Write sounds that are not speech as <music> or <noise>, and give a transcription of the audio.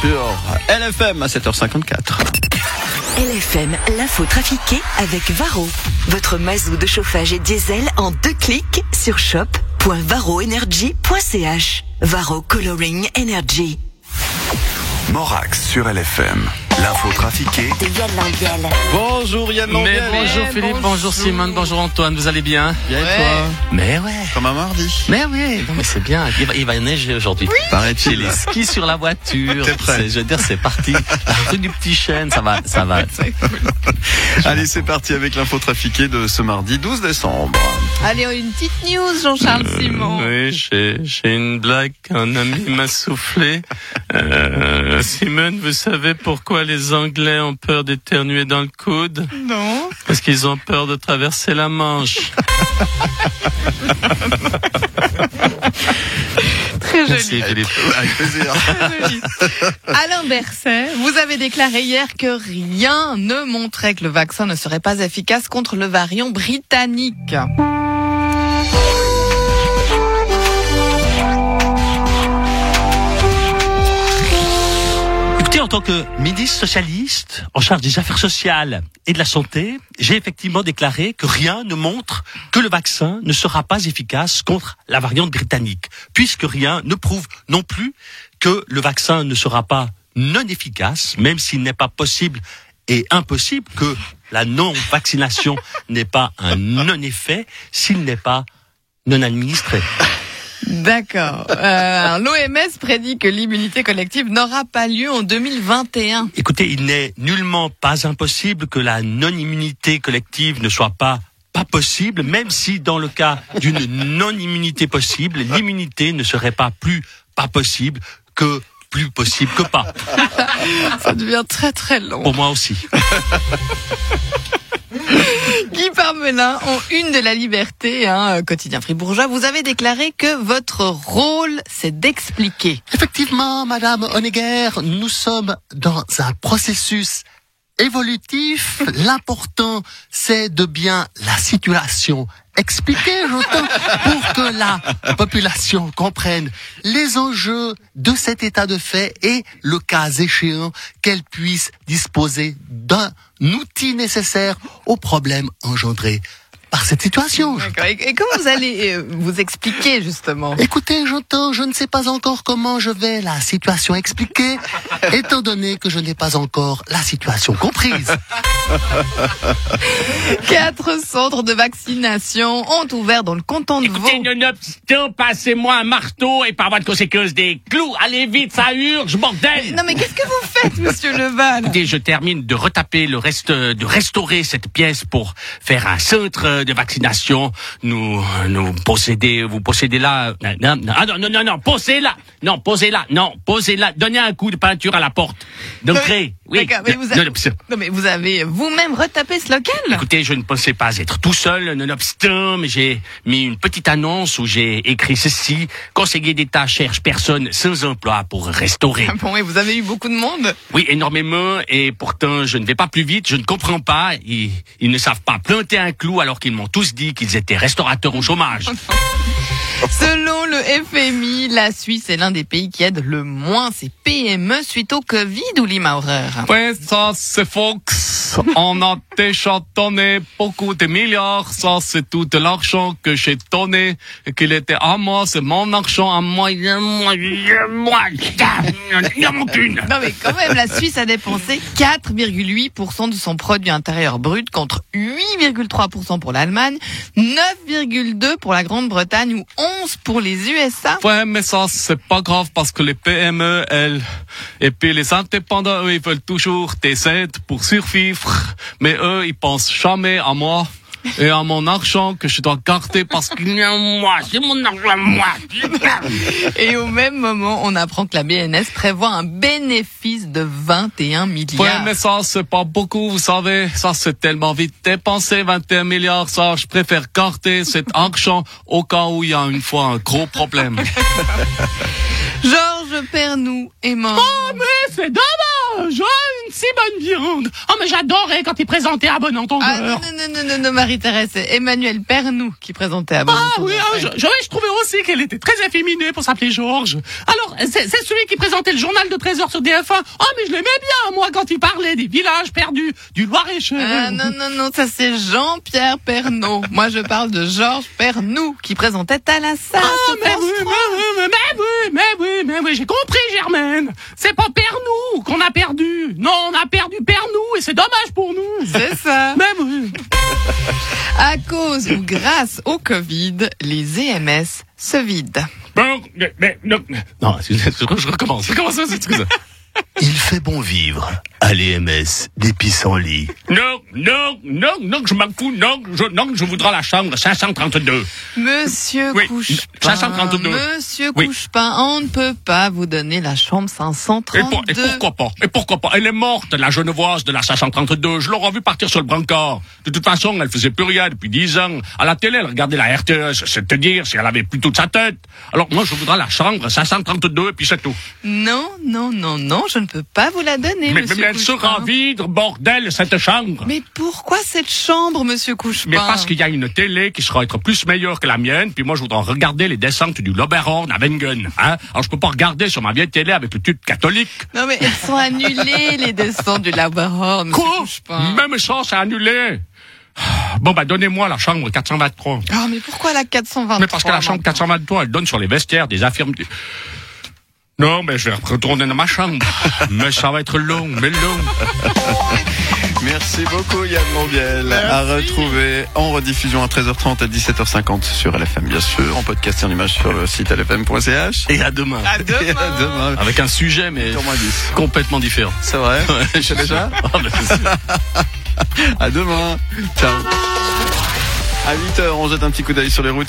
sur LFM à 7h54. LFM, l'info trafiquée avec Varro. Votre mazou de chauffage et diesel en deux clics sur shop.varroenergy.ch. Varro Coloring Energy. Morax sur LFM. L'info trafiquée de Yann Lambiel. Bonjour Yann Mais Lambiel. bonjour Philippe, bonjour, Simone, bonjour Antoine, vous allez bien Bien et Ouais. toi Mais ouais Comme un mardi. mais oui, non mais c'est bien. Il va, il va neiger aujourd'hui. J'ai Paraît-il. les skis sur la voiture. T'es prêt C'est- Je veux dire, c'est parti. La rue du petit chêne, ça va, ça va. Allez, c'est parti avec l'info trafiquée de ce mardi 12 décembre. Allez, une petite news, Jean-Charles Simon. Oui, j'ai j'ai une blague qu'un ami m'a soufflé. Euh, Simone, vous savez pourquoi les Anglais ont peur d'éternuer dans le coude Non. Parce qu'ils ont peur de traverser la Manche. Très joli. Merci Philippe. Avec plaisir. très joli. Alain Berset, vous avez déclaré hier que rien ne montrait que le vaccin ne serait pas efficace contre le variant britannique. Écoutez, en tant que ministre socialiste en charge des affaires sociales et de la santé, j'ai effectivement déclaré que rien ne montre que le vaccin ne sera pas efficace contre la variante britannique, puisque rien ne prouve non plus que le vaccin ne sera pas non efficace, même s'il n'est pas possible et impossible que la non-vaccination <laughs> n'est pas un non-effet s'il n'est pas non administré. D'accord. Euh, L'OMS prédit que l'immunité collective n'aura pas lieu en 2021. Écoutez, il n'est nullement pas impossible que la non-immunité collective ne soit pas pas possible, même si dans le cas d'une non-immunité possible, l'immunité ne serait pas plus pas possible que plus possible que pas. Ça devient très très long. Pour moi aussi. Guy Parmelin, en une de la liberté, hein, quotidien fribourgeois, vous avez déclaré que votre rôle, c'est d'expliquer. Effectivement, Madame Honegger, nous sommes dans un processus évolutif. L'important, c'est de bien la situation expliquer, j'entends, pour que la population comprenne les enjeux de cet état de fait et, le cas échéant, qu'elle puisse disposer d'un outil nécessaire aux problèmes engendrés par cette situation. j'entends. D'accord. Et, et comment vous allez euh, vous expliquer justement Écoutez, j'entends, je ne sais pas encore comment je vais la situation expliquer, étant donné que je n'ai pas encore la situation comprise. Quatre centres de vaccination ont ouvert dans le canton de Écoutez, Vaud. nonobstant, passez-moi un marteau et par voie de conséquence des clous. Allez vite, ça urge, bordel Non mais qu'est-ce que vous faites, Monsieur Leval Écoutez, je termine de retaper le reste, de restaurer cette pièce pour faire un centre de vaccination. Nous, nous possédez, vous possédez là. Ah non, non, non, non, posez là. Non, posez là. Non, posez là. Donnez un coup de peinture à la porte. D'entrée. Oui. D'accord, mais vous avez- Nonobstant. Non mais vous avez vous-même retapé ce local Écoutez, je ne pensais pas être tout seul, nonobstant, mais j'ai mis une petite annonce où j'ai écrit ceci. Conseiller d'État cherche personne sans emploi pour <laughs> restaurer. Ah Bon, et vous avez eu beaucoup de monde. Oui, énormément, et pourtant je ne vais pas plus vite, je ne comprends pas. Ils, ils ne savent pas planter un clou alors qu'ils m'ont tous dit qu'ils étaient restaurateurs au <laughs> chômage. Selon le FMI, la Suisse est l'un des pays qui aide le moins ses PME E suite au Covid ou Lima Horreur. Ouais, ça c'est Fox. On a déjà donné beaucoup de milliards. Ça c'est tout de l'argent que j'ai donné, qu'il était à moi, c'est mon argent à moi. Moi, je- moi, je- il en manque une. Non mais quand même, la Suisse a dépensé 4,8% de son produit intérieur brut contre 8,3% pour l'Allemagne, 9,2% pour la Grande-Bretagne ou 11% pour les USA. Ouais, mais ça c'est pas grave parce que les PME, elles, et puis les indépendants, eux, ils veulent toujours des aides pour survivre. Mais eux, ils pensent jamais à moi et à mon argent que je dois garder parce que Moi, c'est mon argent, moi. Et au même moment, on apprend que la BNS prévoit un bénéfice de 21 Ouais, milliards. mais ça, c'est pas beaucoup, vous savez. Ça, c'est tellement vite dépensé, 21 milliards. Ça, je préfère carter cet argent au cas où il y a une fois un gros problème. Georges Pernou est mort. Oh, C'est dommage. Ah, Johan, si bonne viande. Oh, mais j'adorais quand il présentait à bon Ah non, entendeur. non, non, non, non, Marie-Thérèse, c'est Emmanuel Pernou qui présentait à bon Ah entendeur. oui, ah, je, je- je trouvais aussi qu'elle était très efféminée pour s'appeler Georges. Alors, c'est c'est celui qui présentait le journal de 13h sur DF1. Ah, mais je l'aimais bien, moi, quand il parlait des villages perdus du Loir-et-Cher. Ah, non, non, non, ça c'est Jean-Pierre Pernaud. Moi je parle de Georges Pernou qui présentait à la salle. Ah, mais oui, mais oui, mais oui, mais oui, mais oui, j'ai compris, Germaine. C'est pas Pernou qu'on a perdu. Non, on a perdu Pernou et c'est dommage pour nous. C'est ça. Mais oui. À cause ou grâce au Covid, les EMS se vident. Bon, mais, mais, non. Non, excusez, je je recommence. Je recommence, excusez. <laughs> Il fait bon vivre. À l'EMS, des pissenlits. Non, non, non, non, je m'en fous, non, je, non, je voudrais la chambre 532. Monsieur Oui, Couchepin, 532. Monsieur Oui. Couchepin, on ne peut pas vous donner la chambre Et, 532. pour- et pourquoi pas Et pourquoi pas Elle est morte, la Genevoise de la 532. Je l'aurais vue partir sur le brancard. De toute façon, elle faisait plus rien depuis 10 ans. À la télé, elle regardait la RTS. C'est te dire si elle avait plus toute sa tête. Alors moi, je voudrais la chambre 532 et puis c'est tout. Non, non, non, non, je ne peux pas vous la donner, Mais, mais- Monsieur mais elle Couchepin. sera vide, bordel, cette chambre. Mais, hein. Mais pourquoi cette chambre, Monsieur Couchepin parce qu'il y a une télé qui sera être plus meilleure que la mienne, puis moi je voudrais regarder les descentes du Loberhorn à Wengen. Hein Alors je peux pas regarder sur ma vieille télé avec le tube catholique. Non mais elles sont annulées les descentes du Labrador, Monsieur Quoi Couchepin. Même ça, c'est annulé. Bon, bah, donnez-moi la chambre 423. Oh, mais pourquoi la 423 Mais parce que la chambre 423, elle donne sur les vestiaires des infirmiers. Non, mais je vais retourner dans ma <laughs> chambre. mais ça va être long, mais long. Merci beaucoup Yann Monbiel. À retrouver en rediffusion à 13h30 à 17h50 sur LFM bien sûr, en podcast et en image sur le site lfm.ch. Et à demain. <laughs> Et à demain. Avec un sujet, mais Sur moins 10. complètement différent. C'est <laughs> vrai Oh, bah, Je sais déjà <laughs> À demain. Ciao. À 8h, on jette un petit coup d'œil sur les routes.